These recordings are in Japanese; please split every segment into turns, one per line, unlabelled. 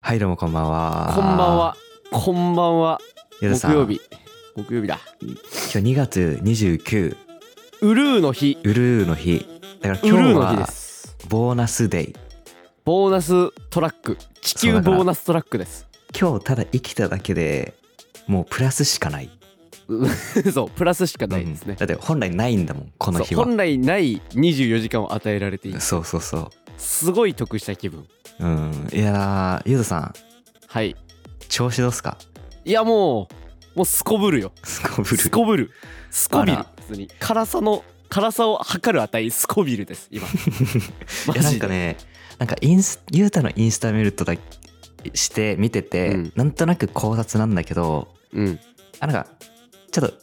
はいどうもこんばんは
こんばんは。こんばんは。
矢田さん
木曜日。木曜日だ。
今日2月29
ウルーの日。
ウルーの日だから
ウル
今日
ーの日で
は
す。
ボーナスデイ
ボーナストラック。地
そ
球
うだから
ボーナストラックです。
今日ただ生きただけでもうプラスしかない、
そう、プラスしかないです
うん
ね。
だって本来ないんだもんこの日
そう
は
本来ない24時間を与えられている
そうそうそ
すごい得した気分
ううんいやーゆうとさん
はい
調子どうっ すか
いやもうもうすこぶるよ
すこぶる
すこぶるすこびる
あら
普通に辛さの辛さを測る値すこびるです 今マ
いやな
ジ
ん
で
かねなんかインスゆうたのインスタ見るとだして見てて、
うん
なんとなく考察なんだけど
うん
あなんかちょっと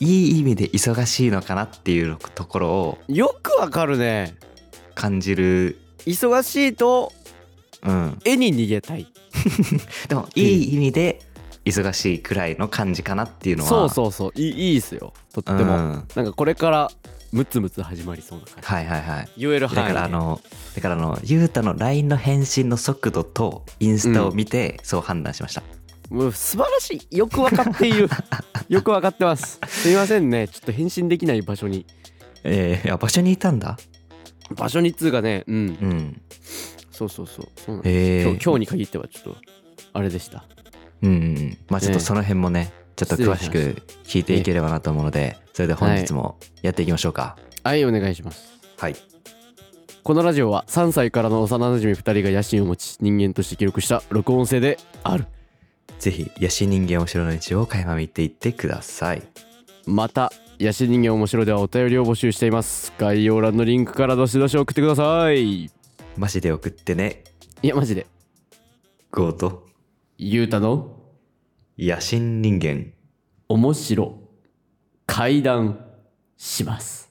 いい意味で忙しいのかなっていうところを
よくわかるね
感じる
忙しいと
うん
絵に逃げたい
でもいい意味で忙しいくらいの感じかなっていうのは
そうそうそういいいいですよとって
うん
も、なんかこれからムツムツ始まりそうな感じ
はいはいはい
言える
だ
範
か
囲で
らあのだからあのゆうたの LINE の返信の速度とインスタを見てそう判断しました、
もう素晴らしいよく分かっ ているよく分かってますすいませんねちょっと返信できない場所に
えーいや場所にいたんだ
場所にっつうかねうん
うん
そうそうそうそうなんです
え
今
ー
日今日に限ってはちょっとあれでした
うんうん、まあちょっとその辺もねちょっと詳しく聞いていければなと思うのでそれで本日もやっていきましょうか
はいお願いします
はい
このラジオは3歳からの幼馴染2人が野心を持ち人間として記録した録音声である
ぜひ野心人間お城の道を垣間見ていってください
また野心人間面白ではお便りを募集しています概要欄のリンクからどしどし送ってくださいい
マジで送ってね
やマジで
ゴート
ゆうたの
野心人間
面白会談します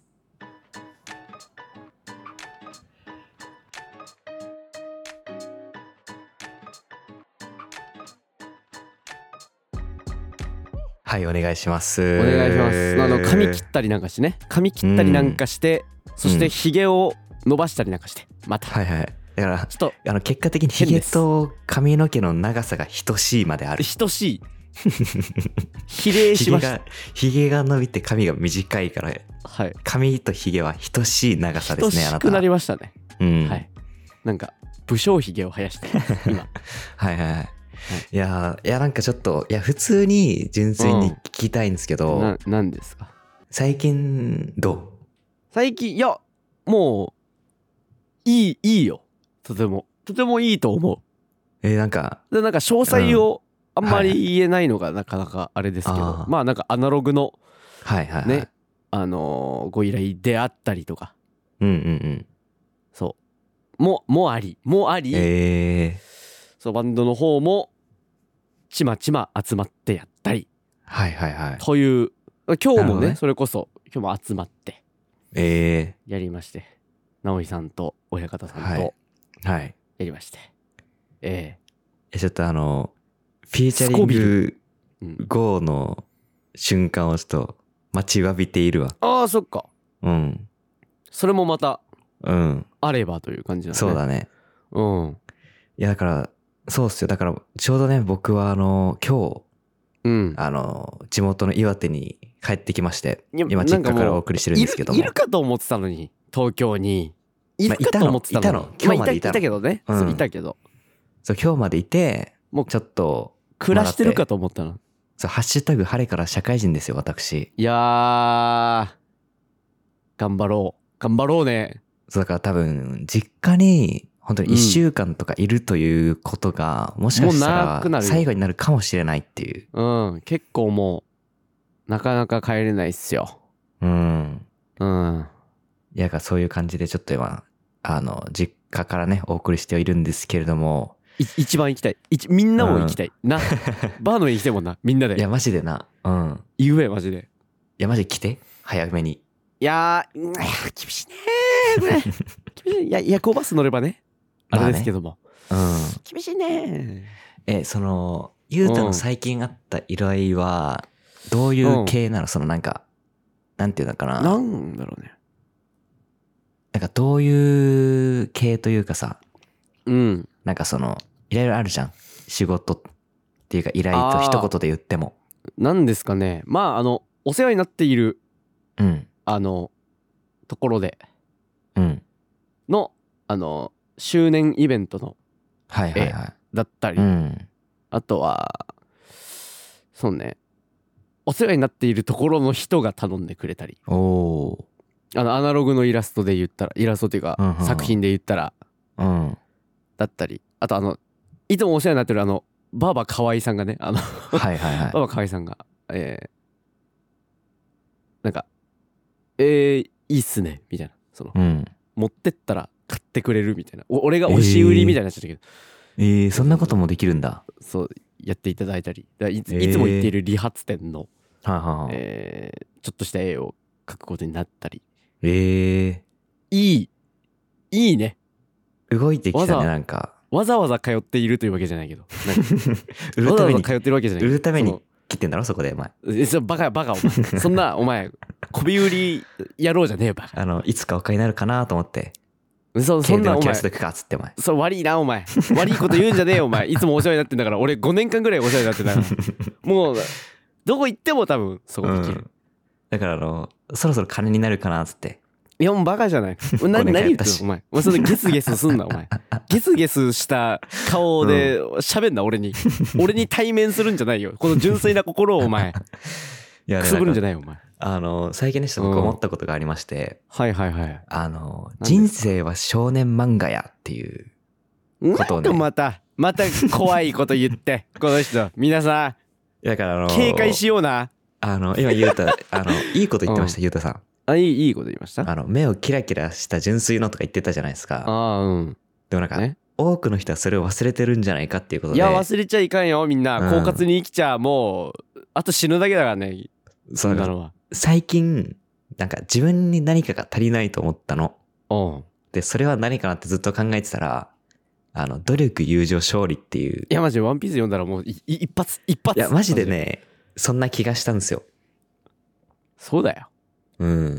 はいお願いします
お
お
願いしますあの髪切ったりなんかしてね髪切ったりなんかして、そしてひげを伸ばしたりなんかしてまた、
はいはいだから
ちょっ
あの結果的にヒ
変
ゲ
です
と髪の毛の長さが等しいまであ
と
る
等しい比例
ヒ
し
ゲ
ました
がヒゲが伸びて髪が短いから
はい
髪とヒゲは等しい長さで
等
すねあ
し
な
く
た
なりましたね
うん
はいなんか武将ひげを生やしてます今
はいはいはい。いやーいやなんかちょっといや普通に純粋に聞きたいんですけど、
ななんですか
最近ど
最近いやもういいいいよとてもとてもいいと思
うえーなんか
うでなんか詳細をあんま
は
り言えないのがなかなかあれですけど、
あー
まあなんかアナログの
はいはいはい、
ね、あのーご依頼であったりとか
うんうんうん
そうももありもあり、
えー、
そうバンドの方もちまちま集まってやったり
はいはいはい
という今
な
日
るほ
も
ど
ね
ね
それこそ今日も集まって
え
やりまして直井さんと親方さん
は
と
いー、はい
やりまして、え
えちょっとあのフィーチャリン
すこび
グ
えうん
GO の瞬間をちょっと待ちわびているわ
ああそっか
うん
それもまた
うん
あればという感じなん
そうだね
うん
いやだからそうっすよだからちょうどね僕はあの今日
うん
あの地元の岩手に帰ってきまして
いや
今
な
実
んか
家
もう
からお送りしてるんですけども
いるいるかと思ってたのに東京にい
まあ
るかと思ってたのに、
いたのいたの今日までいたの
あいたけどね、
うん
そういたけど
そう今日までいて
もう
ちょっと
暮らしてるかと思ったの
そう「ハッシュタグ晴れから社会人」ですよ私
いやー頑張ろう頑張ろうね
そうだから多分実家に本当に1週間とかいるということが、もしかした
もうなくな
ら
るよ
最後になるかもしれないっていう
うん結構もうなかなか帰れないっすよ
うん
うん
いやだからそういう感じでちょっと今あの実家からねお送りしてはいるんですけれども
い一番行きたい一みんなも行きたい、なバーの家行きたいもんなみんなで
いやマジでなうん
言うえマジで
いやマジで来て早めに
いやーうんいやー厳しいねーこれ厳しいいや夜行バス乗ればねあれですけども、
うん
厳しいね
えそのゆうたの最近あった依頼はどういう系なの、そのなんかなんていうのかな
ー
な
なんだろうね
んかどういう系というかさ
うん
なんかそのいろいろあるじゃん仕事っていうか依頼と一言で言っても
なんですかねまああのお世話になっている
うん
あのところで
うん
のあの周年イベントの
はいはいはい
だったり、
うん
あとはそうねお世話になっているところの人が頼んでくれたり
おお
あのアナログのイラストで言ったらイラストっていうか、
うんうんうん
作品で言ったら
ーうん
だったりあとあのいつもお世話になってるあのバーバ河合さんがねあの
はいはいは
バ
い
ーバ河合さんがえー、なんか「えー、いいっすね」みたいなそ の
うん
持ってったら買ってくれるみたいなお俺が押し売りみたいになっちゃったけど、
えー、そんなこともできるんだ
そうやっていただいたりだいつ
えー
いつも行っている理髪店の、
はいはいはい
えーちょっとした絵を描くことになったり
え
いいいいね
ー、動いてきた
わ
ね
ざ
なん か
わざわざ通っているというわけじゃないけどなんか
売る
わざ
た
わ
め
ざ
に
通ってるわけじゃない
売るために切ってんだろそこでお前
そのえそバカバカお前 そんなお前こび売りやろうじゃねえよバカ
あのいつかお金になるかなと思って
そそ
軽
ん
度
な
の
お
気
前
がするかっつってお前
そう悪いなお前悪いこと言うんじゃねえよお 前いつもお世話になってんだから俺5年間ぐらいお世話になってんだ からもうどこ行っても多分そこできる、
うんだからあのそろそろ金になるかなっつって
いやもうバカじゃない。な
お願い
何言っ
だ
てんの
し
お前。お前それゲスゲスすんなお前。ゲスゲスした顔で喋んな俺に。俺に対面するんじゃないよ。この純粋な心をお 前。
いや
くすぶるんじゃ
ない
ないよお前。
あの最近でした僕
うん
思ったことがありまして、
はいはいはい。
あの「
何
人
です
生は少年漫画や」っていうこと
な
を
ん
ね
かまた、また怖いこと 言って。この人、皆さ
だからあの
ん、警戒しような。
あの今ゆう たあのいいこと言ってました、ゆうたさん
あ、いい、いいこと言いました。あ
あの目をキラキラした純粋のとか言ってたじゃないですか
あ、うん。
でもなんか、
ね
多くの人はそれを忘れてるんじゃないかっていうこと
い
で
や、忘れちゃいかんよ、みんな。
うん
狡猾に生きちゃ、もう、あと死ぬだけだからね。
そ
そ
うんな
な
の
のは。
最近なんか自分に何かが足りないと思ったの
うん。
でそれは何かなってずっと考えてたらあの努力友情勝利っていう
いや、マジでワンピース読んだらもう、いい一発、一発。
いやマジでねそんな気がしたんですよ
そうだよ。
うん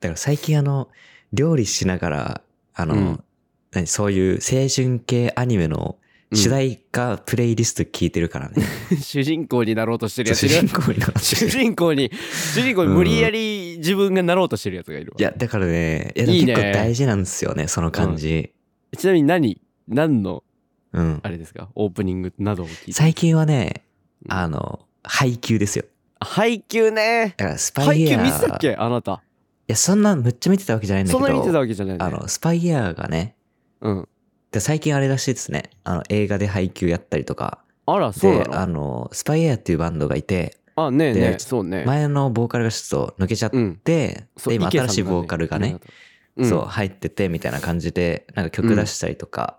だから最近あの料理しながらあの、
うん
何そういう青春系アニメの主題歌プレイリスト聞いてるからね、
主人公になろうとしてるやつ
主
い
人
る。
公になって
主人公に、主人公に無理やり自分がなろうとしてるやつがいるわ。
いやだからねいや
いいね
結構大事なんですよねその感じ
ちなみに何、何の、
うん、
あれですか、オープニングなどを聞いて。
最近はね
うん
あの配給ですよ
配給ね。
だからスパ
配
イエ
給
ア
見てたっ
い
けあなた。
やそんなむっちゃ見てたわけじゃないんだ
そ
け
んなに見てた
ど
わけじゃないね。
あのスパイエアがね
うん。
で最近あれらしいですねあの映画で配給やったりとか
あら、そう
で
な
あのスパイエアっていうバンドがいて
のあ、ねえ
で
ねえ、そうね。
前のボーカルがちょっと抜けちゃっ
うん。
て、
そう
で今
池さん
新しいボーカルがね、
うん
そう入っててみたいな感じでなんか曲出したりとか、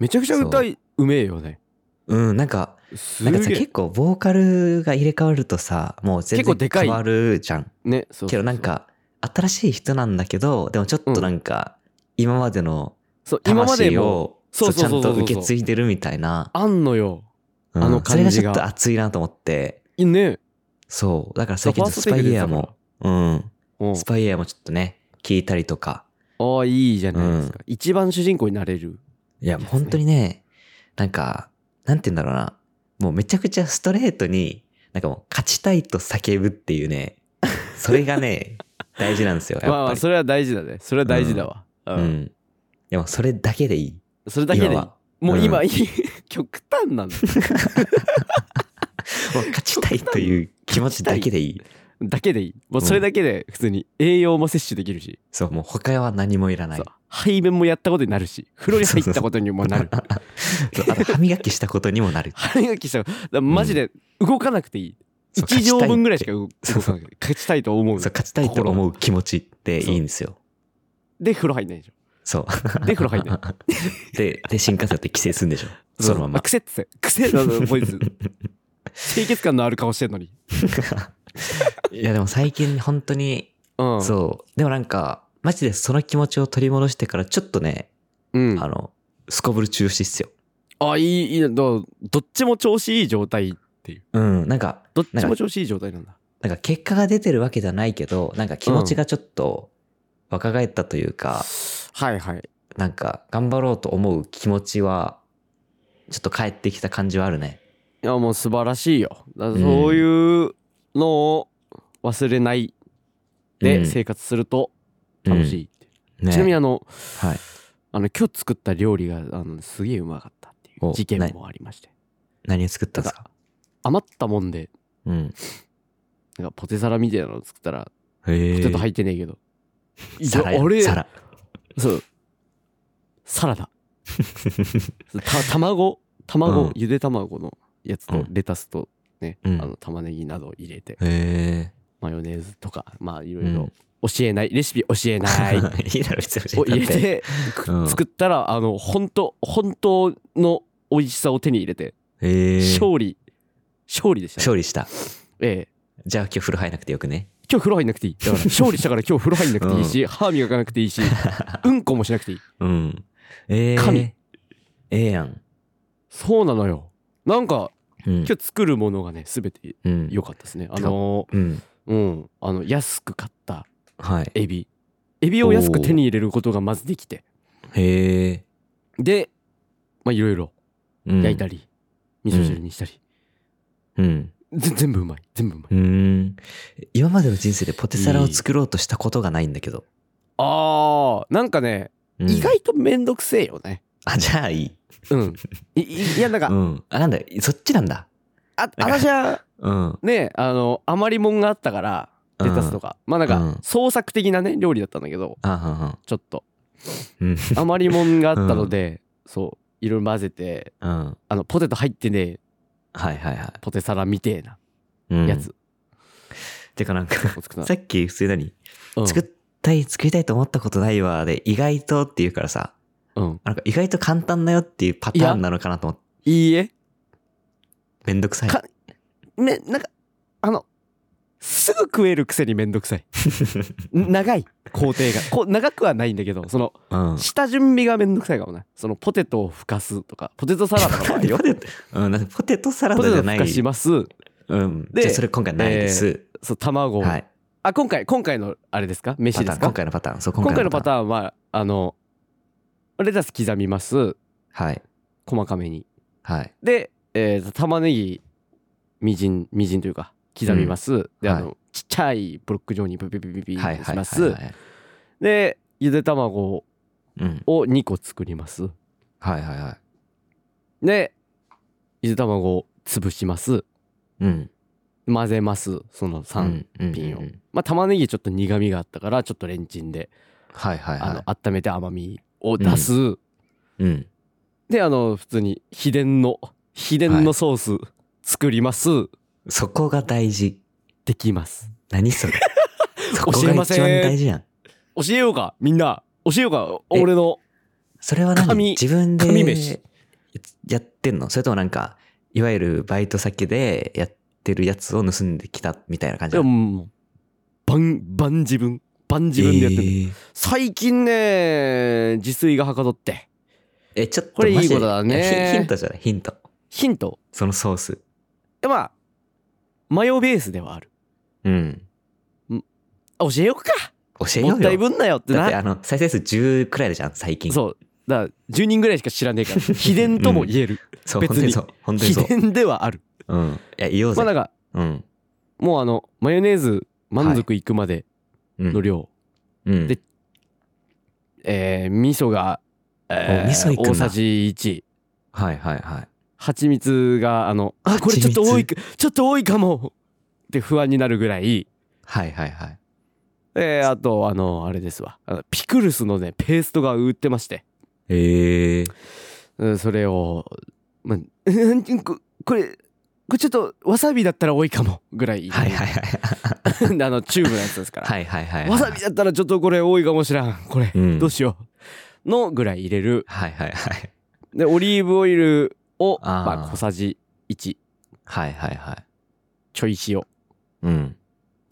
めちゃくちゃ歌いうめえよね。
うん、なんか
す
なんかさ
げえ
結。構ボーカルが入れ替わるとさもう全
結構
然
でかい
変わるじゃん
ね、そうそうそう。
けどなんか新しい人なんだけどでもちょっとなんか今までの
そう、今まで
魂
も、
を
そう
そうちゃん
そうそう
と
そうそう
受け継いでるみたいな、
あんのよ。
うん
あの
それ
感
がち
じ
ょ
が
っと熱いなと思って
いいね。
そうだから最近
ファー
ス
トテ
パ
イクで
イ
出
エ
た
ア
から
もうん
うん
スパイエアもちょっとね聞いたりとか
ああいいじゃないですか、一番主人公になれる
いや、もう本当にね、なんか、なんて言うんだろうな。もうめちゃくちゃストレートに、なんかもう勝ちたいと叫ぶっていう ね、それがね、大事なんですよ、やっぱり。
まあまあそれは大事だねそれは大事だわ、うん
うん。いや、もうそれだけでいい。
それだけで
今は
もう今、
うん
い い極端なんだ
もう勝ちたいという気持ちだけでいい。
だけでいいもうそれだけで普通に栄養も摂取できるし、
そう、もう他は何もいらない
そう。排便もやったことになるし風呂に入ったことにもなる。
そうあと歯磨きしたことにもなる
歯磨きしたことだからマジで動かなくていい、
そう
一1畳分ぐらいしか動
そう
動かなくて勝ちたいと思う
そう、勝ちたいと思う気持ちっていいんですよ。
で風呂入ん ないでしょ
そう。
で風呂入んな
で、で、新幹線って帰省するんでしょ。そのまま。
癖っつって癖だぞこいつ清潔感のある顔してんのに
いや、でも最近本当に
うん
そう。でもなんか、マジでその気持ちを取り戻してから、ちょっとね、
う、うん、
あの、すこぶる中止っすよ。
あいいいいなどうどっちも調子いい状態
うん。なんか、
どっちも調子いい状態なんだ
なんか結果が出てるわけじゃないけど、なんか気持ちがちょっと若返ったというか、
はいはい
なんか頑張ろうと思う気持ちはちょっと帰ってきた感じはあるね。
いやもう素晴らしいよだからそういうのを忘れない
うん
で生活すると楽しいって、
ね
ちなみにあの
はい。
あの今日作った料理があのすげえうまかったってい
お
う事件もありまして
何を作ったんですか
余ったもんで
うん。
なんかポテサラみたいなの作ったら
へ
ポ
え。
テト入ってねえけど、いや
皿や
あれ
皿。
そう サラダた卵卵、
うん
ゆで卵のやつ
う
と
ん
レタスとね、
うん
あの玉ねぎなどを入れて
へ
マヨネーズとかまあい
え。
ろ
う
いろ
ん
教えないレシピ教えな い
いいだろ、別に。
を入れて
うん
作ったらあの本当本当の美味しさを手に入れて
へえ。
勝利勝利でしたね
勝利した。
ええ
じゃあ今日風呂入らなくてよくね。
今日風呂入んなくていいだから 勝利したから今日風呂入んなくていいし歯磨かなくていいしうんこもしなくていい
うん。ええ。
神
ええやん。
そうなのよなんか
うん。
今日作るものがね全て
うん。
良かったですねあの
うん。
うんあの安く買った
はい。
エビエビを安く手に入れることがまずできて
へえ。
でまあいろいろ
うん
焼いたり味噌汁にしたり、
うん。
ぜ全部うまい全部うまいう
ーん。今までの人生でポテサラを作ろうとしたことがないんだけど。
あーなんかね、
うん
意外とめんどくせえよね
あ、じゃあいい。
うんいいいやなんか、
うん。あ、なんだ、そっちなんだ。
あ私は
うん。
ねあの余りもんがあったからレタスとか、まあ
う
なんんか創作的なね料理だったんだけど
あはんはん。
ちょっと
うん。
余りもんがあったので、そういろいろ混ぜて
うん。
あのポテト入ってねえ
はいはいは。
ポテサラみてえない
うん
や。つ
てかなん か、
を作った、
さっき普通に何、
うん
作ったい、作りたいと思ったことないわで、意外とっていうからさ、
うん
なんか意外と簡単だよっていうパターンなのかなと思って、
いいえ
めんどくさい。
かねなんかあのすぐ食えるくせにめんどく さいん長い工程がこう長くはないんだけどその
うん。
下準備がめんどくさいかもねそのポテトをふかすとかポテトサラダの場合 よ
ポテト、うん、なんかポテトサラ
ポ
ダ
テ
じゃ
トを
な
ふ
い
か。します
うん。
で
じゃあそれ今回ないです。
そう卵を、
はい。
あ今回今回のあれですか飯
パ
で
ター
す
ン、
か
今回のパターン。そう、
今回のパ
ーン。
ターンはあのレタス刻みます
はい。
細かめに
はい。
で、えーと玉ねぎみじんみじんというか刻みます、であの、
は
ちっちゃいブロック状にブビビビビビ
はいは
し
い
ま
はい
す
はい。
でゆで卵
うん。
を2個作ります
はいはいはい。
でゆで卵を潰します
うん。
混ぜますその3、
うん
品を
うんうん
まあ玉ねぎちょっと苦みがあったからちょっとレンチンで、
はいはい
あの
は
温めて甘みを出す、
い。うん。
であの普通に秘伝の秘伝のソース作ります、
そこが大事。
できます
何 それそこ
教
が
え
一
ま
番
せん
大事やん。
教えようかみんな教えようか
え
俺の
それは何
神
自分で
神飯
やってんのそれともなんか、いわゆるバイト先でやってるやつを盗んできたみたいな感じな
でも
の
もうバンバン自分バン自分でやってる、
えー
最近ね自炊がはかどって
え、ちょっと
これいい
マジで
ことだね
いやヒヒントじゃないヒント。
ヒント
そのソース。
でまあマヨベースではある
うん。
あ教えようか
教えようよ。
もったいぶんなよって
だって
な
あの、再生数10くらいじゃん、最近。
そうだから10人ぐらいしか知らねえ から秘伝とも言える、
そう、
別
本当に
に
そう。本当に
秘
そう。
伝ではある
うん。いや、言おうぜ
まあ。なんか
うん。
もうあのマヨネーズ満足いくまで
うん
の量、
うん
でえー味噌が、えー
お味噌いくんだ
大さじ1
はいはいはい。
蜂蜜があのあこれちょっと多いかちょっと多いかもって不安になるぐらい
はいはいはい。
えーあとあのあれですわあのピクルスのねペーストが売ってまして、
ええ
うん、それを、まあ、うんここれこれちょっとわさびだったら多いかもぐらい、
はいはいはい。
であのチューブのやつですから、
はいはいはい。
わさびだったらちょっとこれ多いかもしらんこれ、
うん
どうしようのぐらい入れる
はいはいはい。
でオリーブオイルを
あー
まあ、小さじ1
はいはいはい。
ちょい塩
うん。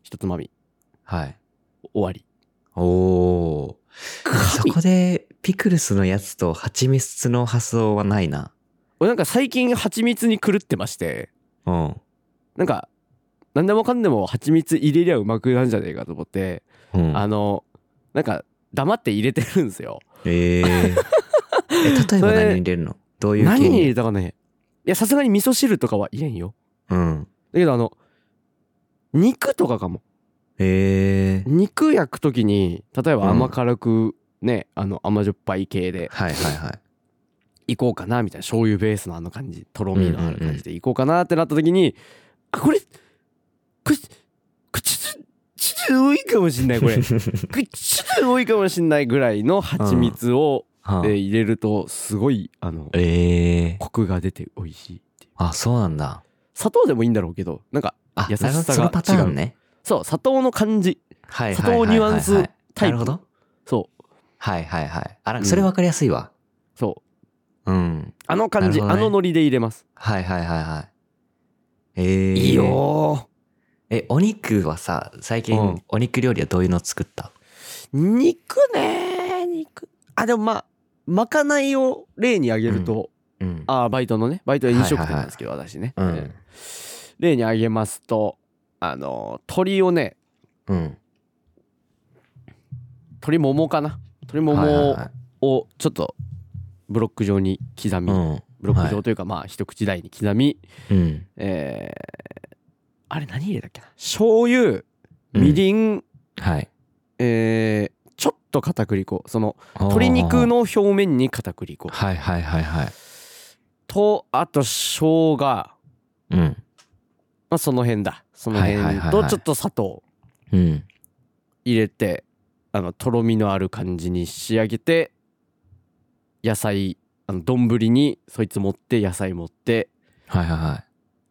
一つまみ
はい。
終わり
おお。そこで、ピクルスのやつと蜂蜜の発想はないな。
俺 なんか最近蜂蜜に狂ってまして
うん。
なんか何でもかんでも蜂蜜入れりゃうまくなんじゃねえかと思って、
うん、
あのなんか黙って入れてるんですよ
えええ、例えば
それ
何入れるのどういう系
何に入
に
れたかねいやさすがに味噌汁とかは入れんよ
うん。
だけどあの肉とかかも
へえ。
肉焼く時に例え
うん
ば甘辛くね、あの甘じょっぱい系で
はいはいはい。
いこうかなみたいな醤油ベースのあの感じとろみのある感じでいこうかなってなった時に、あこれこれ口ちょっと多いかもしんないこれこれちょっと多いかもしんないぐらいの蜂蜜を、
はあ
えー入れるとすごいあの
ええ。
コクが出て美味しいっていう
あ、そうなんだ。
砂糖でもいいんだろうけどなんか
あ、
優しさが
なるほどそのパターンね。
そう砂糖の感じ
はい
砂
はいは
糖
いは
ニ
いはい。
ュアンスタイプ
なるほど。
そう
はいはいはい。あ、なん
うん
かそれわかりやすいわ。
そ
う
う
ん。
あの感じ、
なるほ
あ
どね
のノリで入れます、
はいはいはいはい。ええ。
いいよ
え、お肉はさ、最近
うん
お肉料理はどういうの作った
ー肉ねー肉あでもまあまかないを例に挙げると、
うん。
あーバイトのねバイトは飲食店なんですけど、私ね、
う
え
ん
ー。例に挙げますとあのー鶏をね
うん。
鶏ももかな鶏も
はいはい
も
はい
をちょっとブロック状に刻み、
うん。
ブロック
は
状
い
というかまあ一口大に刻み、
うん。
えーあれ何入れたっけな醤油みりん、
はい。
えーちょっと片栗粉その鶏肉の表面に片栗粉
はいはいはいはい。
とあと生姜ま
うん。
あその辺だその
はいはい
辺
はい
と
はい
ちょっと砂糖
うん。
入れてあのとろみのある感じに仕上げて野菜あの丼にそいつ持って野菜持って
はいはいはい。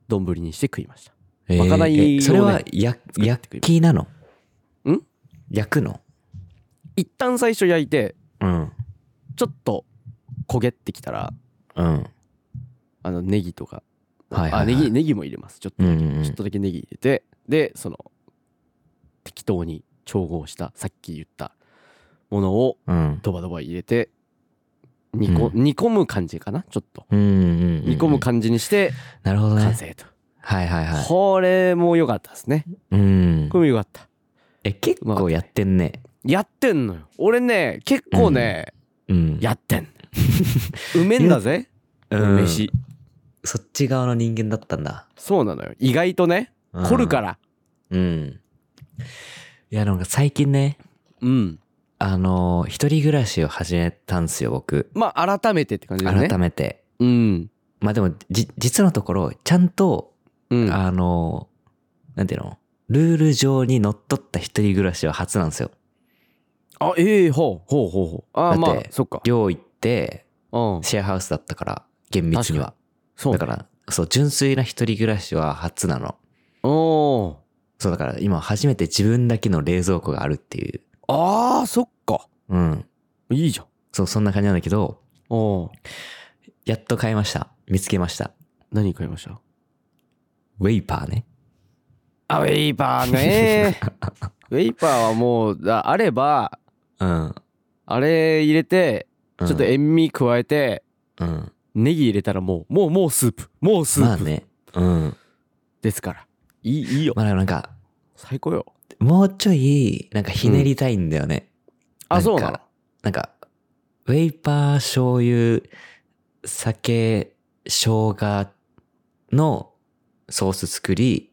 丼にして食いました
え
まかないをね
えそれはや
って
焼きなの
ん
焼くの
一旦最初焼いて
うん
ちょっと焦げてきたら
うん
あのネギとか、
はいはいはい
あネギネギも入れますちょっと
うんうん
ちょっとだけネギ入れて、でその適当に調合したさっき言ったものを
うん
ドバドバ入れて煮こ、
う
煮込む感じかなちょっと
うんうん
煮込む感じにして
なるほど
完
ね
成と、
はいはいはい
これも良かったですね
うん
これも良かった
え結構やってんね
やってんのよ俺ね結構ね、
うん
やってんうめんだぜ、
うん
飯
そっち側の人間だったんだ
そうなのよ意外とね
うん
凝るから
うんいやなんか最近ね
うん
あのー一人暮らしを始めたんすよ僕
まあ改めてって感じだね
改めて
うん
まあでもじ実のところちゃんと
うん
あのーなんていうのルール上にのっとった一人暮らしは初なんですよ
あええほうほうほうほうあー
だ
ま
っ
あ
て
そっか
寮行って
うん
シェアハウスだったから厳密には
そう
だからそう純粋な一人暮らしは初なの
らお
そうだから今初めて自分だけの冷蔵庫があるっていう
ーあーそっか
うん
いいじゃん
そうそんな感じなんだけど
おー
やっと買いました見つけました
何買いました
ウェイパーね
あウェイパーね ウェイパーはもうだあれば
うん、うん
あれ入れてちょっと塩味加えて、
うん
ネギ入れたらもうもうもうスープもうス
まあ
ープ
ねうん
ですから、いいいいよ
まあなんか
最高よ
もうちょいなんかひねりたいんだよね、
あそう
な
なんの
かなんか、ウェイパー、醤油、酒、生姜のソース作り、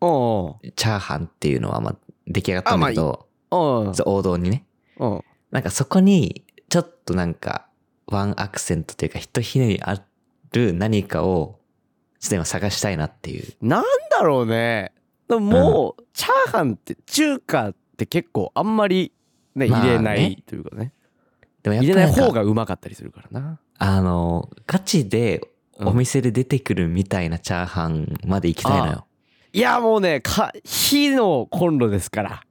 おー
チャーハンっていうのはまあ出来上がったんだけど、
おー
そう王道にね。
おー
なんかそこに、ちょっとなんか、ワンアクセントというか、ひとひねりある何かを、ちょっと今探したいなっていう。
なんだろうねでももう、チャーハンって中華って結構あんまりね
まあ
入れな
ね
いというかね
でもやっ
入れ
ぱ
な
り
い
んか
方がうまかったりするからな
あの、ガチでお店で出てくるみたいなチャーハンまで行きたいのよ。
いやもうねか火のコンロですから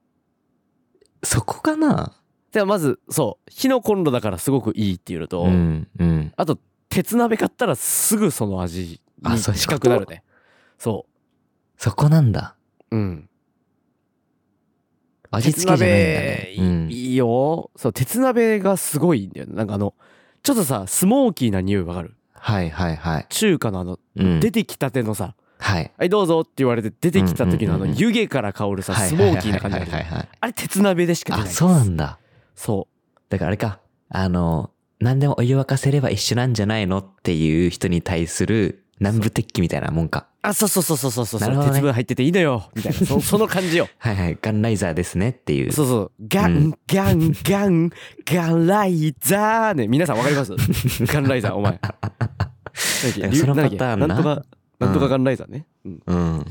そこかな
ではまずそう火のコンロだからすごくいいっていうのと、
うん、うん。
あと鉄鍋買ったらすぐその味
あ
に
そういうこと
近くなるねそ
そこなんだ。
ううん
味
鉄
付けじゃないんだ
鍋
ね。
いいよそう鉄鍋がすごいんだよねなんかあのちょっとさスモーキーな匂いわかる
はいはいはい。
中華のあの
うん
出てきたてのさ
はい。
「はいどうぞ」って言われて出てきた時のあ
うんうんう
の
んうん
湯気から香るさスモーキーな感じ
はいはいはいはいはいはい。
あれ鉄鍋でしか出
あ、
ない
そうなんだ。
そう
だからあれか。あの、何でもお湯沸かせれば一緒なんじゃないのっていう人に対する南部鉄器みたいなもんか。
あそうそうそうそうそうそう、
なるほどね
鉄分入ってていいのよみたいなそそ の感じよ
はいはい、ガンライザーですねっていう。
そうそうガン、
うん
ガンガンガンライザーね皆さんわか りますガンライザーお前なんだっけ
でもそのパターン
な
なん
とかなんとかガンライザーね、うん、
うん。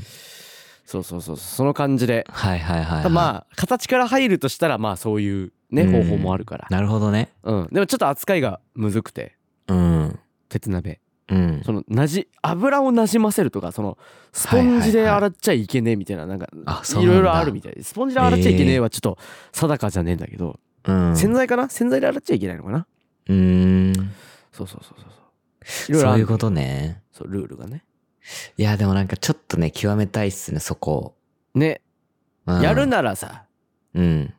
そうそうそうその感じで
はいはいはい、はい。
まあ形から入るとしたらまあそういうね
うん
方法もあるから、
なるほどね。
うんでもちょっと扱いがむずくて
うん。
鉄鍋
うん。
そのなじ油をなじませるとかそのスポンジで洗っちゃいけねえみたいななんか
あそう
い
なんだ
ろいろあるみたいでスポンジで洗っちゃいけねえはちょっと定かじゃねえんだけど、
うん。
洗剤かな洗剤で洗っちゃいけないのかな
うーん。
そうそうそうそうそういろい
そ
ろあ
うい
る
うことね。
そうルールがね
いや、でもなんかちょっとね、極めたいっすね、そこ。
ね、
うん
やるならさ
うん。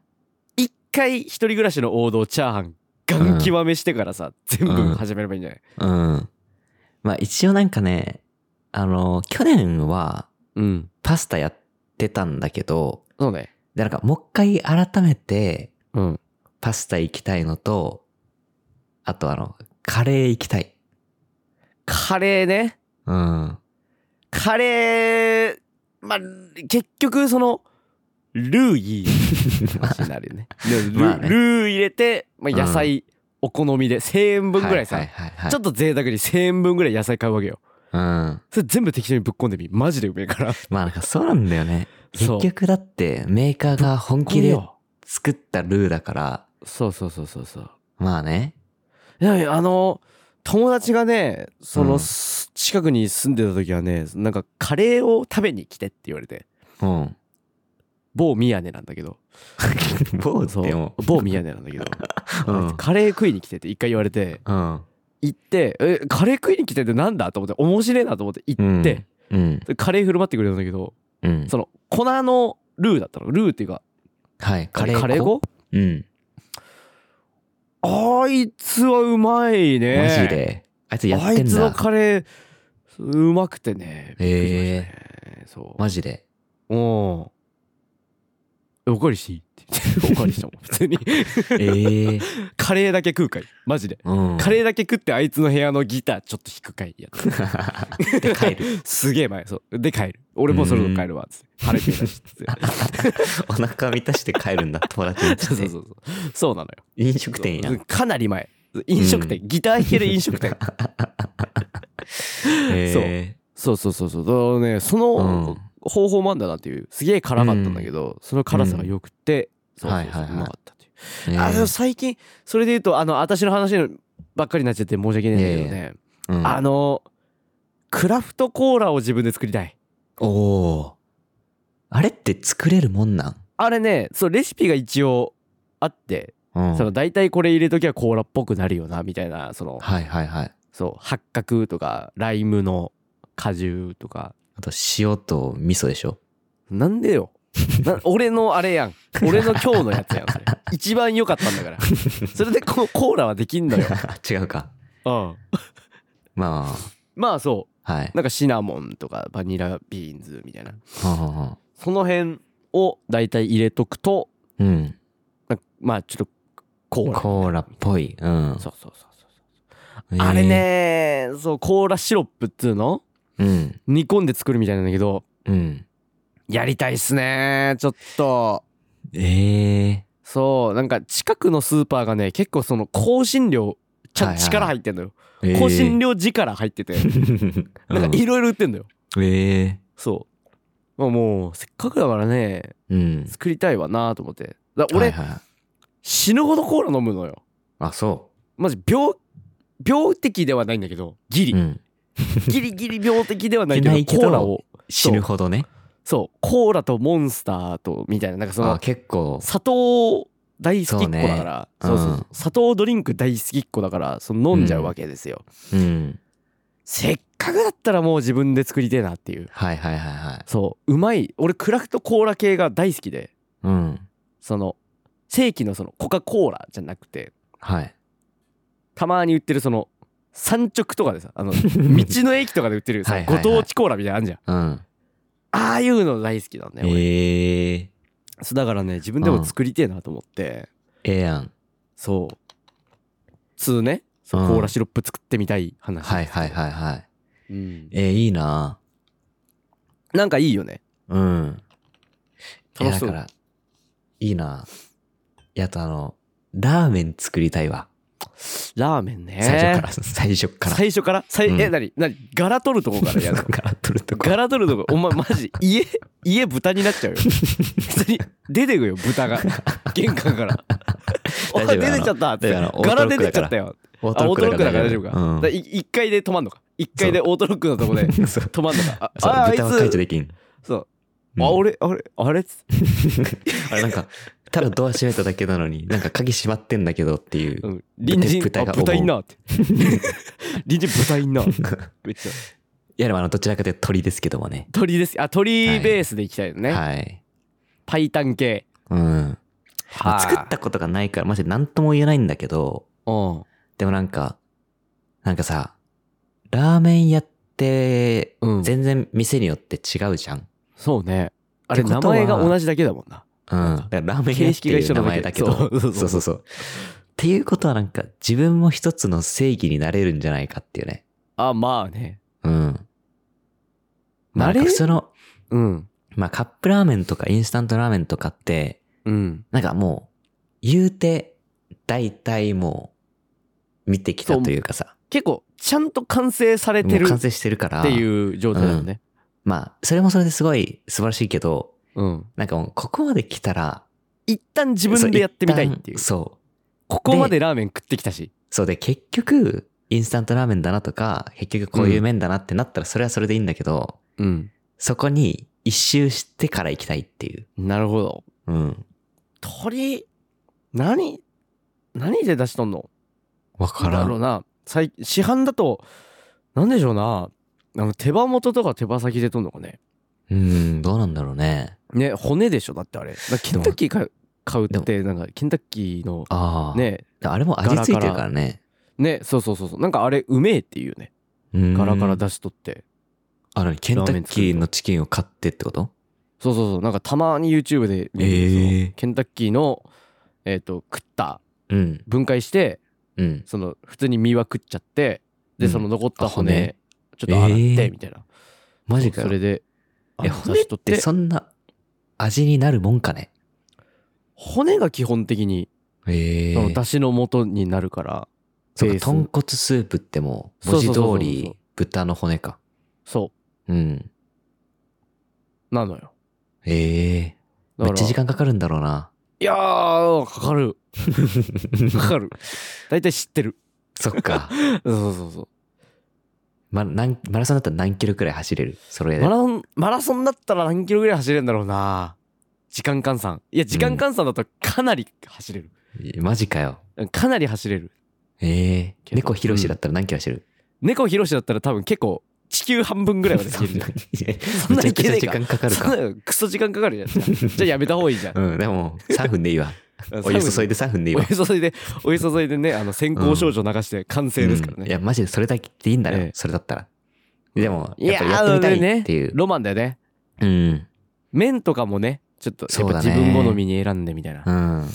一回一人暮らしの王道チャーハンガ
うん
ン極めしてからさ、全
う
部
ん
始めればいいんじゃない
うん。まあ一応なんかね、あの、去年は
うん
パスタやってたんだけど、
そうね
で、なんかもう一回改めて
うん
パスタ行きたいのと、あとあの、カレー行きたい。
カレーね
うん。
カレーまあ結局そのルーいい 話になるよねル
まあね
ルー入れて、まあ、野菜お好みで1,000円分ぐらいさ、
はいはいはいはい、
ちょっと贅沢に1,000円分ぐらい野菜買うわけよ
うん。ま
それ全部適当にぶっ込んでみマジでうめえから
あなんかそうなんだよね。
そう
結局だってメーカーが本気で
よ
作ったルーだから、
そうそうそうそうそう
まあね。
いやいやあの友達がねその、
うん
す近くに住んでた時はねなんかカレーを食べに来てって言われて
うん。
某宮根なんだけど
坊主
そ
でも
う。某宮根なんだけど、
うん
カレー食いに来てって一回言われて
うん。
行って「えカレー食いに来てってなんだ?」と思って面白いなと思って行
うん
って、
うん。
でカレー振る舞ってくれたんだけど
うん。
その粉のルーだったのルーっていうか
はい。
カ
カ
レ
レー
ー粉
うん。
あいつはうまいね
マジで。あいつや
あ
って
い
ん
つの
だ。
カレーうまくてねびっくりしましたね、そう
マジで。
おんえおかわりしていいって言っておかわりしたもん 普通に
ええ。
カレーだけ食うかいマジで
うん。
カレーだけ食ってあいつの部屋のギターちょっと弾くかいや つ
ーで帰る。
すげえ前そうで帰る俺もうそろそろ帰るわっつって腹いっぱいだしっ つって
お腹満たして帰るんだ、友達に
そうそうそうそうなのよ
飲食店や
そ。うかなり前飲食店、ギター弾ける飲 食店
え
そうそうそうそうだからねその
うん
方法もあんだなっていうすげえ辛かったんだけど、その辛さがよくて、そうそうそう
はいはいはいう
まかったっていう
え。
あでも最近それで言うとあの私の話ばっかりになっちゃって申し訳ないんだけど
いやい
ね、
うん
あのクラフトコーラを自分で作りたい
おお。あれって作れるもんなん
あれねそうレシピが一応あって、
うん
その大体これ入れときはコーラっぽくなるよなみたいなその、
はいはいはい。
そう八角とかライムの果汁とか
あと、塩と味噌でしょ。
なんでよ な俺のあれやん俺の今日のやつやんそれ一番良かったんだからそれでこうコーラはできんのよ、
違うか。
うん、
ま
まあそう
あ、はい。
なんかシナモンとかバニラビーンズみたいな
はんはんはん
その辺を大体入れとくと
うん。
なんかまあちょっとコーラ
コーラっぽい。うん。
そうそうそうそ
え
う
ー
あれ。ねそうコーラシロップっつうの
うん。
煮込んで作るみたいなんだけど
うん。
やりたいっすねちょっと
ええ
そうなんか近くのスーパーがね結構その香辛料ち
はい
ゃ
はい
力入ってんのよ
ー。
香辛料力入ってて
な
なんん
か
か
い
いろいろ売ってんのよ
ええ
そうまあもうせっかくだからね
うん。
作りたいわなと思ってだから俺、
はいはい
死ぬほどコーラ飲むのよ
あ、そ
マジ病病的ではないんだけどギ
う。
リ、
うん。
ギリギリ病的ではないけど
いないけど
コーラを
死ぬほどね。
そうコーラとモンスターとみたいななんかそ
あ、
の
結構。
砂糖大好きっ子だから
そ
そうう,、
ね
そう
うん
そう砂糖ドリンク大好きっ子だからその飲んじゃうわけですよ、
うん。
せっかくだったらもう自分で作りてえなっていう
はいはいはいはい。
そううまい俺クラフトコーラ系が大好きで
うん。
その正規のそのコカ・コーラじゃなくて
はい。
たまに売ってるその産直とかでさ あの道の駅とかで売ってる
は
さ
いはい
ご
はい
当地コーラみたいなのあんじゃん
うん。
ああいうの大好きなんだよ俺
ええ
そうだからね自分でも作りてえなと思って
ええやん。
そう通ね、そう
うん
コーラシロップ作ってみたい話。
はいはいはいはい。
うん
えーいいな
なんかいいよね。
うん。いや
楽しそう
だから、いいな。いや、あとあの、ラーメン作りたいわ。
ラーメンね。
最初から、 最初から。
最初から最
うん
え、なになに柄取るとこからやるの
そこから取るとこ。
柄取るとこ、お前マジ、家、家豚になっちゃうよ。普通に出てくよ、豚が。玄関から。お
大丈
前
夫
出てっちゃったっ
大
て
丈夫あの。
柄
オートロック
出てっちゃったよ。
オ
あ、オートロックだから大丈夫か。
う
だ
ん
からい一階で止まんのか。一階でオートロックのとこで
そう
止まんのか。あ
そう
あ、あい
豚は解除
つ、
できん。
そう。
うん
あ、俺、あれ、あれ
あれなんか、ただドア閉めただけなのに、なんか鍵閉まってんだけどっていう。
うん隣人
豚
あ
が
豚いんなって隣人豚いんなめっちゃ
いやでもあの、どちらかというと鳥ですけどもね。
鳥ですあ鳥ベースでいきたいよね、
はい。
パイタン系
うん。まあ作ったたことがないから、マジで何とも言えないんだけど、
うん
でもなんか、なんかさ、ラーメン屋って、
うん
全然店によって違うじゃん。
そうねあれ
って
名
ことは
前が同じだけだもんな
うん。だからラーメン屋っていう名前だけど。
形式が一緒なだけそうそうそ
そう
う
そうそう。っていうことはなんか、自分も一つの正義になれるんじゃないかっていうね。
あまあね
うん。まあ
なれ
なんかその、
うん
まあカップラーメンとかインスタントラーメンとかって、
うん
なんかもう、言うて、大体もう、見てきたというかさ、
結構ちゃんと完成され
も
て
う
る
完
っ
成してるから、
ていう状態だよね
まあ、それもそれですごい素晴らしいけど、
うん
なんかもう、ここまで来たら、
一旦自分でやってみたいっていう
そう一旦そう。
ここまでラーメン食ってきたし
そうで、結局、インスタントラーメンだなとか、結局こういう麺だなってなったら、それはそれでいいんだけど、
うん
そこに一周してから行きたいっていう。
なるほど
うん。
鳥何何で出しとんの
わ
なんだろうな最市販だとなんでしょうなあの手羽元とか手羽先でとんのかね
うん、どうなんだろうね。
ね骨でしょだってあれだからケンタッキーか買うってなんかケンタッキーの
ああ。。
ね
あれも味付いてるからね。
ねそうそうそうそうなんかあれうめえっていうね
うん
柄から。出しとって
あの、ケンタッキーのチキンを買ってってこと
そうそうそうなんかたまに YouTube で見る
えー
そのケンタッキーのえっと食った
うん。
分解して
うん。
その普通に身は食っちゃってで
うん
その残った
あ
骨
骨
ちょっと洗っ
え
て
ー
みたいな
マジか
それ
よ。
であ
え、
の出
骨っ
しと
てそんな味になるもんかね。
骨が基本的に
ええ
その出汁の元になるから、
そう
ベ
か
ース
豚骨スープってもう、
そ
文
うそ
字
うそうそう
通り豚の骨か。
そ
うん。
うなのよ
ええめ
だか
っ
ら
ちゃ時間かかるんだろうな。
いやーか かるかかる大体知ってる
そっか。
そうそうそうそ
ま、なんマラソンだったら何キロくらい走れるそれ
う
で
マ。ラソンマラソンだったら何キロぐらい走れるんだろうな時間換算いや時間換算だとかなり走れる、
マジかよ。
かなり走れる
ええ
けど
猫ひろしだったら何キロ走る、
猫ひろしだったら多分結構地球半分ぐらいまでいけるじゃ ん
そんなにめちゃくちゃ時間かかる
そ
か。
んなのクソ時間かかるじゃんじゃあじゃあやめた方がいいじゃん
うん、でも3分でいいわ。 お湯注いで3分でいい
お
わ。
湯注いでお湯注いでねあの先行少女流して完成ですから
う
ね
んい、や、マジでそれだけでいいんだね、
ええ
それだったら。でも、
い
やっぱやってみたいってい
ね
う。
ロマンだよね
うん。
麺とかもねちょっとや
そ
っ
う
ぱ
だ
自
ね
分好みに選んでみたいな
うん。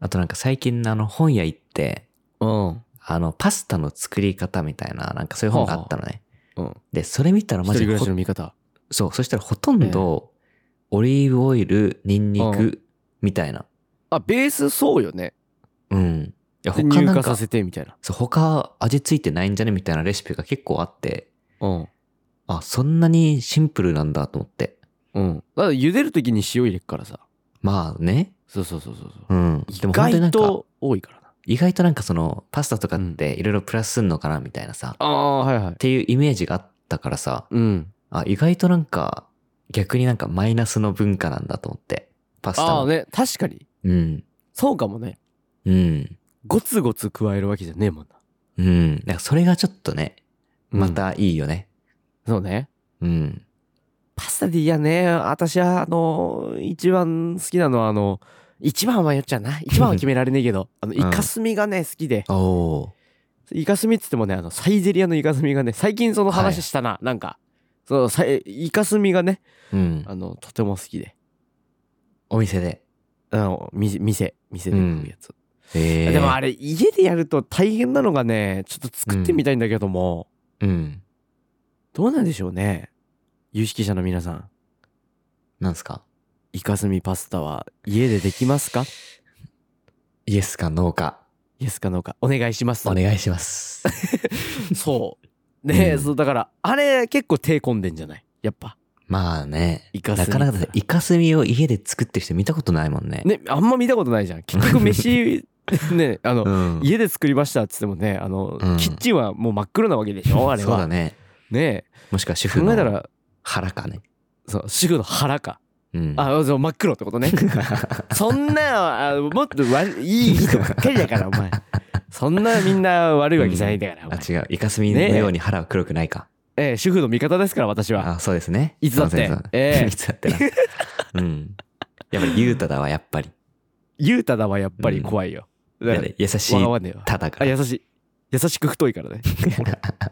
あとなんか最近あの本屋行って、
うん
あの、パスタの作り方みたいな、なんかそういう本があったのね。
うん
で、それ見たら
一
マ
人
ジで
暮ら
ほ
しの味方
そう、そしたらほとんど、オリーブオイル、ニンニ
う
ク、みたいな。
あベースそうよね
うん。いや、
で
他
乳
なん
化さ
か、
せてみたいな
そう、他味ついてないんじゃねみたいなレシピが結構あって、
うん
あ、そんなにシンプルなんだと思って。
うんだから茹でる時に塩入れっからさ
まあね。
そうそうそうそうそ
う
う
ん。
意
でも本当にな
外
んか、
と多いからな
意外となんかその、パスタとかっていろいろプラスすんのかなみたいなさ、っ
ああはいはい
ていうイメージがあったからさ、
うん
あ、意外となんか、逆になんかマイナスの文化なんだと思って。パスタ
あ
の。
あね確かに
うん。
そうかもね
うん。
ゴツゴツ加えるわけじゃねえもんな
うん。なんかそれがちょっとね、
うん
またいいよね。
そうね
うん。
パスタでいいやね私はあの一番好きなのはあの一番は迷っちゃうな一番は決められねえ けどあのイカスミがね好きで、
おお
イカスミっつってもねあのサイゼリアのイカスミがね最近その話したな、なんかそのさイカスミがね
ー。うん。
あのとても好きで
お店で。
あのみ店店で食うやつ、
えー、
でもあれ家でやると大変なのがねちょっと作ってみたいんだけども、
うん。
どうなんでしょうね有識者の皆さん
なんすか
イカスミパスタは家でできますか
イエスかノーか、
イエスかノーかお願いします
お願いします。
そうね、
うん
そうだからあれ結構手込んでんじゃないやっぱ
まあね。
イカスミ
なかなかイカスミを家で作ってる人見たことないもんね。
ねあんま見たことないじゃん結局飯ねあの、
うん。
家で作りましたっつってもねあの、
うん
キッチンはもう真っ黒なわけでしょあれ
そうだ
は
ね。
ね
もしくは主婦
考えた
の
ら
腹かね。
そう主婦の腹か
うん。
あそう真っ黒ってことね そんなあもっとわいい人ばっかりだからお前そんなみんな悪いわけじゃないんだから、お
あ
前
違う。イカスミのように腹は黒くないか。
ええ主婦の味方ですから私は
あそうですね。
いつだって
そうそうそう
え え
いつだってな。うん。やっぱりユータだわ、やっぱり。
ゆうただはやっぱり怖いよ、だ
だ
か
からら優し
わ
い
がわねえよ
タだか
あ
ら。
優しい優しく太いか らね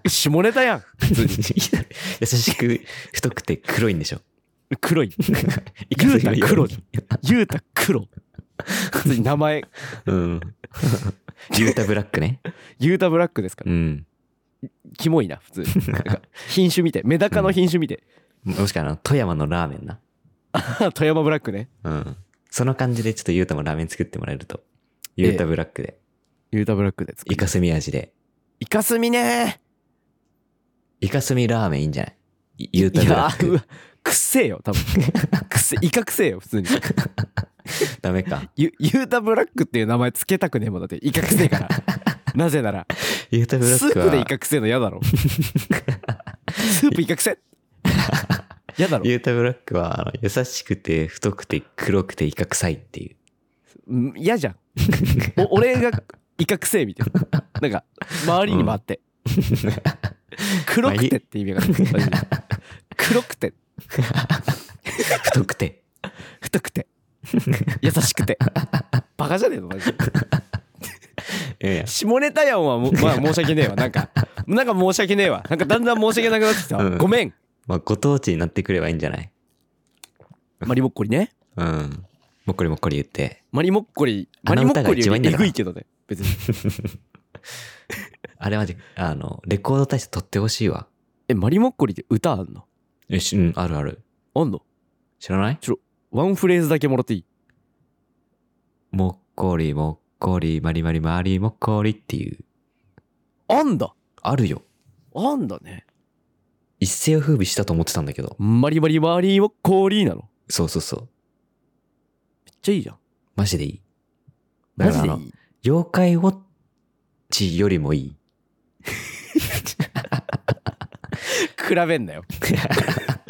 下ネタやん普通に
優しく太くて黒いんでし ょ。
黒い
イカスミのように
ユータ黒いゆうた黒普通に名前
うん。ユータブラックね。
ゆうたブラックですから
うん。
キモいな普通になんか品種見てメダカの品種見て、
もしくはあの、富山のラーメンな。
富山ブラックね
うん。その感じでちょっとユータもラーメン作ってもらえると。ユータブラックで、
ゆうたブラックで作
イカスミ味で、
イカスミね
イカスミラーメンいいんじゃないいユータブラッ
い
ク。
やうわくっせえよ多分くっせイカくせえよ普通に
ダメか。
ゆゆうたブラックっていう名前つけたくねえもんだってイカくせえから なぜなら
ユータブラ
ス
ック
ープでイ
は、
カくせえの 嫌だろスープイカくせえ嫌だろ
ユータブラックは、あの、優しくて、太くて、黒くて、イカ臭いって いう。
うん嫌じゃんお俺がイカくせえみたいななんか周りにもあって、黒くてって意味がある黒くて
太くて。
太くて優しくてバカじゃねえのマジで
いやいや
下ネタやんはもまあ申し訳ねえわなんかなんか申し訳ねえわなんかだんだん申し訳なくなってきたわ、
うん
ごめん
まあ、ご当地になってくればいいんじゃない
マリモッコリね
うん。もっこりもっこり言って。
マリモッコリマリモッコリよりえぐいけどね別に
あれマジ、あの、レコード大賞取ってほしいわ。
えマリモッコリって歌あんの
え、しうん、あるある。
あんの
知らない
ワンフレーズだけもらっていい
もっこりもっこりまりまりまりもっこりっていう。
あんだ
あるよ。
あんだね
一世を風靡したと思ってたんだけど。
マリマリマリモッコリなの
そうそうそう。
めっちゃいいじゃん
マジでいい。
マジで
だか
い
らあの
い
妖怪ウォッチよりもいい。
比べんな よ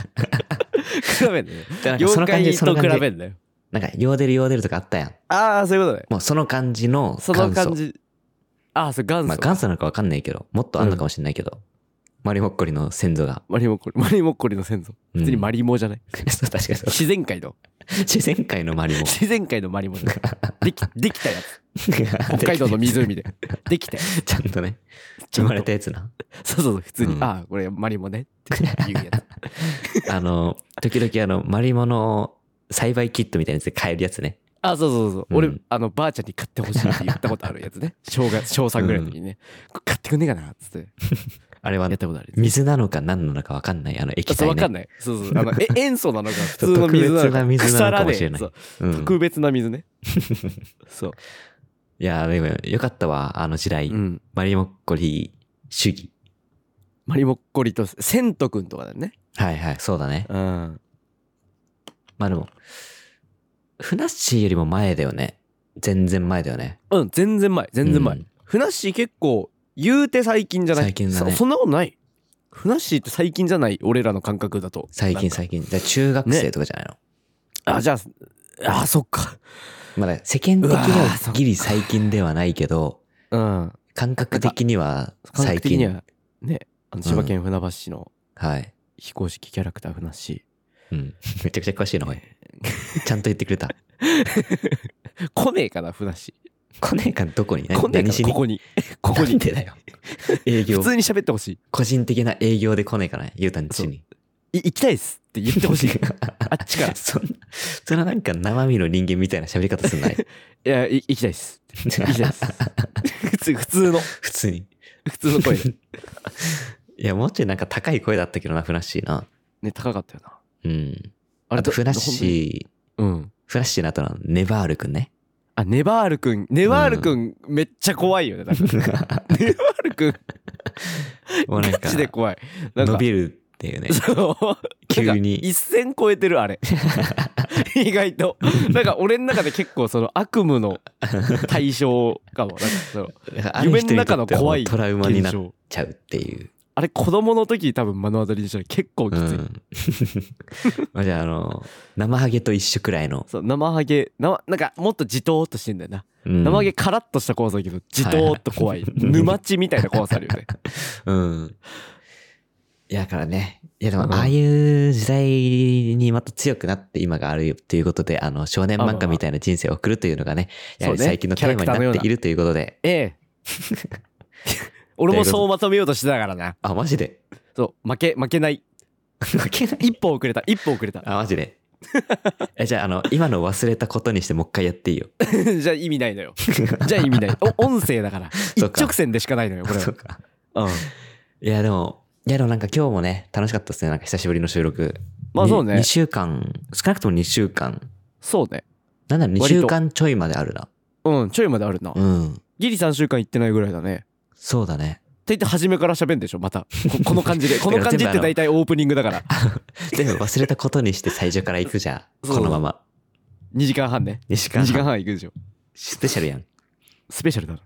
比べんなよ
だからなんかそ
妖
の感
怪
じ、そ
と
の感
比
じ。
べんなよ
なんか、ヨーデルヨーデルとかあったやん。
ああそういうことね
もうその感じの元祖。
その感じああそう元祖、
まあ、元祖なのかわかんないけど、もっとあんのかもしれないけど。マリモッコリの先祖が。
マリモッコリマリモッコリの先祖
うん
普通にマリモじゃない、
そう、確かにそう。
自然 界の
自然界のマリモ。
自然界のマリモじゃ ないできできた やつ 北海道の湖でできたや つ
ちゃんとね、生まれたやつな。
そうそうそう普通に、
うん
ああこれマリモ ねっていうやつ
あの、時々あの、マリモの栽培キットみたいなやつで買えるやつね。
ああそうそうそう、
うん
俺あのばあちゃんに買ってほしいって言ったことあるやつね小学小3ぐらいの時にね、これ買ってくんねえかなっつって
あれは
やったことある
水なのか何なのか分かんない、あの液
そう
体
わかん
ね。
ないそうそう あのえ塩素なのか普通の水なの
特別
か
な水なのかもしれない
腐らね
う、
えそうん特別な水ねそう、
いや、でもよかったわ、あの時代。
うん、
マリモッコリ主義。
マリモッコリとセントくんとかだよね
はいはい、そうだね。
うん
まあでも、ふなっしーよりも前だよね。全然前だよね。
うん、全然前、全然前。
うん
ふなっしー結構、言うて最近じゃない
最近だね
そそんなことない。ふなっしーって最近じゃない、俺らの感覚だと。
最近
なんか
最近。じゃあ中学生とかじゃないの、
あ、じゃあ、あ、そっか。
まだ世間的に
うわーそ
は
っか
ギリ最近ではないけど、
うん。
感覚的には
感覚
最
的に
近。
は、ね、あの千葉県船橋市の
はい。
非公式キャラクターふなっし
うん。めちゃくちゃ詳しいな、おい。 ちゃんと言ってくれた。
ー。来ねえかな、ふなっし
来ねえかどこに
ー。来ねえ
何
か
し
な、
に
ここに。 ここ
なん
に。
でだよ。営
普
業。
通に喋ってほしい。
個人的な営業で来ねえかな、ゆうたんちに。
い行きたいですって言っ てほしいあっちからい
そんな、そんななんか生身の人間みたいな喋り方すん ない
やい行きたいです行きたいです 普通普通の
普通に。
普通の声 で
いや、もうちょいなんか高い声だったけどな、ふなっしーな。
ね高かったよな
うん。
あ
あと、
ど
ふなっしー、
どほんとにうん
ふなっしーの後のネバールくんね。
あネバールくんネバールくんめっちゃ怖いよね だからネバールくん
もうなん
ガ
か
チ、で怖いなんか
伸びるっていうね。
そう
急に
なんか一線超えてるあれ 意外となんか俺の中で結構その悪夢の対象かもなんかその 夢の中の怖い
トラウマにな
現
っ
象
ちゃうっていう。
あれ子供の時多分目の当たりにしたら結構き
う
つい、
ん。 まあじゃあ、あの、生ハゲと一緒くらいの。
そう生ハゲ生なんかもっとじとーっとしてんだよな、
うん
生ハゲカラッとした怖さだけどじとーっと怖い、 沼地みたいな怖さあるよね
うん。いや、だからね。いや、で
う
も、
ん
ああいう時代にまた強くなって今があるよということで、あの、少年漫画みたいな人生を送るというのがね、やはり
そうね
最近のテーマになっているということで。
え え俺もそうまとめようとしてたからな
あ、マジで
そう負け負けない
負けない
一歩遅れた一歩遅れた
あ、マジでえ、じゃあ、あの、今の忘れたことにしてもう一回やっていいよ。
じゃあ意味ないのよ。じゃあ意味ない。お音声だから。
そ
一
うか
直線でしかないのよ、こ れ
そうか。
は。うん。
いや、でも、いや、でもなんか今日もね、楽しかったですね。なんか久しぶりの収録。
まあそうね
2週間、少なくとも2週間。
そうね。
なんだろう、2
割と
週間ちょいまであるな。
うん、ちょいまであるな
う。ん。
ギリ3週間行ってないぐらいだね。
そうだね。
って言って初めから喋んでしょ、また。ここの感じで。この感じって大体オープニングだから。
全部忘れたことにして最初から行くじゃん。
そう
このまま。
2時間半ね。
2時間半
2時間半行くでしょ。
スペシャルやん。
スペシャルだな。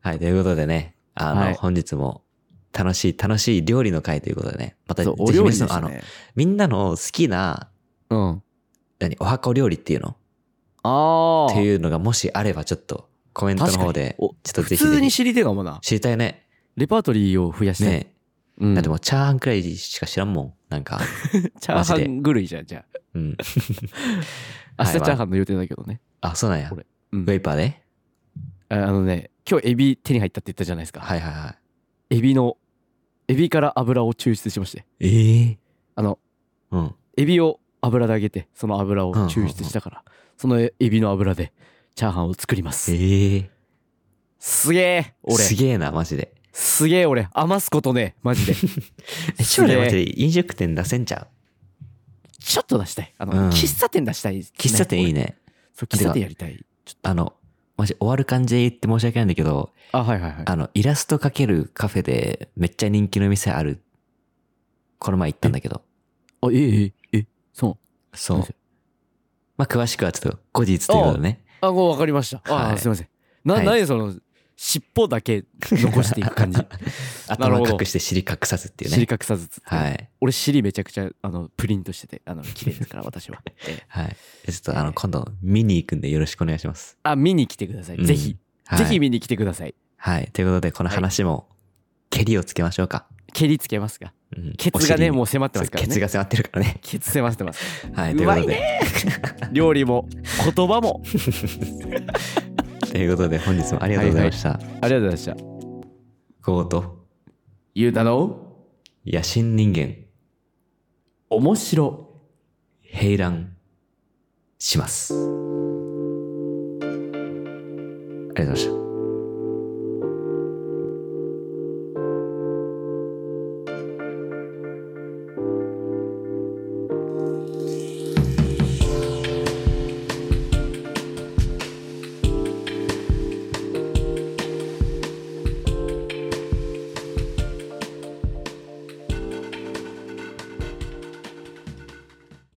はい、ということでね、あの、
はい
本日も楽しい、楽しい料理の会ということでね、また
そう、お
ぜひ
料
皆
理でし
さん
た
あの、
ね。
みんなの好きな、
うん。
何、お箱料理っていうの
ああ。
っていうのがもしあればちょっとコメントの方で、ちょ
お
っとぜ
普
ひぜ
通に
ひ
知りてえかもな。
知りたいね。
レパートリーを増やして。
ね
うん
だってもうチャーハンくらいしか知らんもん。なん か、
チャーハン狂いじゃん、じゃ
うん。
あ。明日チャー
ン。
ハンの予定だけどね。
あ、そうなんや。
俺
ウ
うん
ェイパーで
ああのね、今日エビ手に入ったって言ったじゃないですか。
はいはいはい。
エビのエビから油を抽出しまして
ええ
あの
うん。
エビを油で揚げてその油を抽出したから、そのエビの油でチャーハンを作ります
ええ
すげえ俺
すげえな、マジで。
すげえ俺余すことねえマジ で
え、将来マジで飲食店出せんちゃう
ちょっと出したいあの、
うん
喫茶店出したいですね、
喫茶店いいね。
俺そう喫茶店やりたい
あの、マジ終わる感じで言って申し訳ないんだけど、
あはいはいはい
あの、イラストかけるカフェでめっちゃ人気の店ある。この前行ったんだけど。
あええええそう
そう
何それ。
まあ、詳しくはちょっと後日ということでね。
あもう分かりましたあ、
はい
すいませんな、
はい
何その尻尾だけ残してい く感じなる
頭
ほど
隠して尻隠さずっていう
尻
ね。
隠さずつ、
はい。
俺尻めちゃくちゃあ のプリントしててあの綺麗ですから私は、ええ
はい。ちょっとあの、今度見に行くんでよろしくお願いします。
あ、見に来てください。ぜひ、
はい
ぜひ見に来てください。
はい。ということで、この話も、蹴りをつけましょうか。
蹴りつけますか。
うん
ケツがね、も
う
う迫ってますから
ケツ
ね。
が迫ってるからね。
ケツ迫ってます。
はい。といううこ
まい
とで、
ね。料理も、言葉も。
ということで、本日もありがとうございました。
ありがとうございました。
ゴート、
ゆうたの、
野心人間、
面白。
平乱、します。ありがとうございました。